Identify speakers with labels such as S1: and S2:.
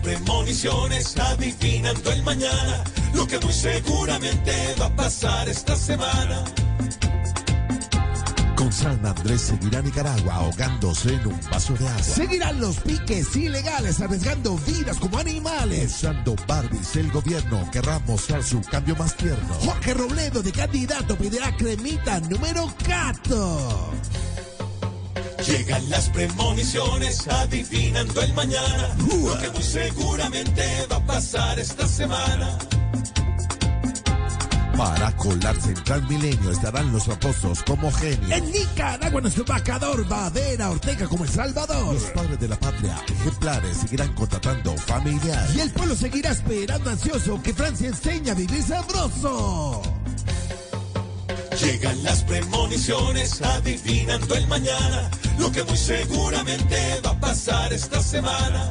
S1: premoniciones adivinando el mañana, lo que muy seguramente va a pasar esta semana.
S2: Con San Andrés seguirá Nicaragua ahogándose en un vaso de agua.
S3: Seguirán los piques ilegales arriesgando vidas como animales.
S2: Usando Barbies, el gobierno querrá mostrar su cambio más tierno.
S3: Jorge Robledo de candidato pedirá cremita número 4.
S1: Llegan las premoniciones adivinando el mañana, lo que muy seguramente va a pasar esta semana.
S2: Para colarse en Transmilenio estarán los raposos como genios.
S3: En Nicaragua nuestro embajador Badera Ortega como El Salvador.
S2: Los padres de la patria ejemplares seguirán contratando familiares.
S3: Y el pueblo seguirá esperando ansioso que Francia enseñe a vivir sabroso.
S1: Llegan las premoniciones adivinando el mañana, lo que muy seguramente va a pasar esta semana.